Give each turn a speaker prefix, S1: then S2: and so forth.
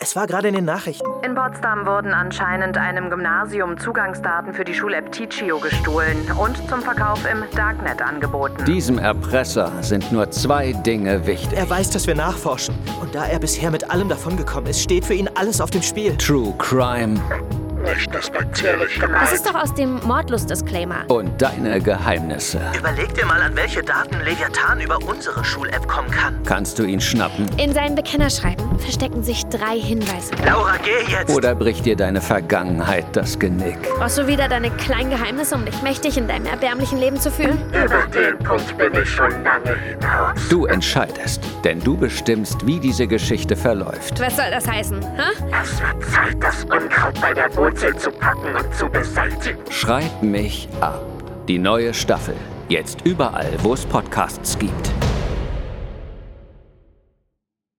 S1: Es war gerade in den Nachrichten.
S2: In Potsdam wurden anscheinend einem Gymnasium Zugangsdaten für die Schule-App Teachio gestohlen und zum Verkauf im Darknet angeboten.
S3: Diesem Erpresser sind nur zwei Dinge wichtig.
S1: Er weiß, dass wir nachforschen. Und da er bisher mit allem davongekommen ist, steht für ihn alles auf dem Spiel.
S3: True Crime
S4: Nicht das bakterisch gemeint.
S5: Das ist doch aus dem Mordlust-Disclaimer.
S3: und deine Geheimnisse.
S1: Überleg dir mal, an welche Daten Leviathan über unsere Schul-App kommen kann.
S3: Kannst du ihn schnappen
S5: In seinem Bekennerschreiben verstecken sich drei Hinweise.
S1: Laura, geh jetzt!
S3: oder bricht dir deine Vergangenheit das Genick?
S5: Brauchst du wieder deine kleinen Geheimnisse, um dich mächtig in deinem erbärmlichen Leben zu fühlen?
S4: Über den Punkt bin ich schon lange hinaus.
S3: Du entscheidest, denn du bestimmst, wie diese Geschichte verläuft.
S5: Was soll das heißen? Hä?
S4: Es wird Zeit, das Unkraut bei der Wurzel zu packen und zu beseitigen.
S3: Schreib mich ab. Die neue Staffel. Jetzt überall, wo es Podcasts gibt.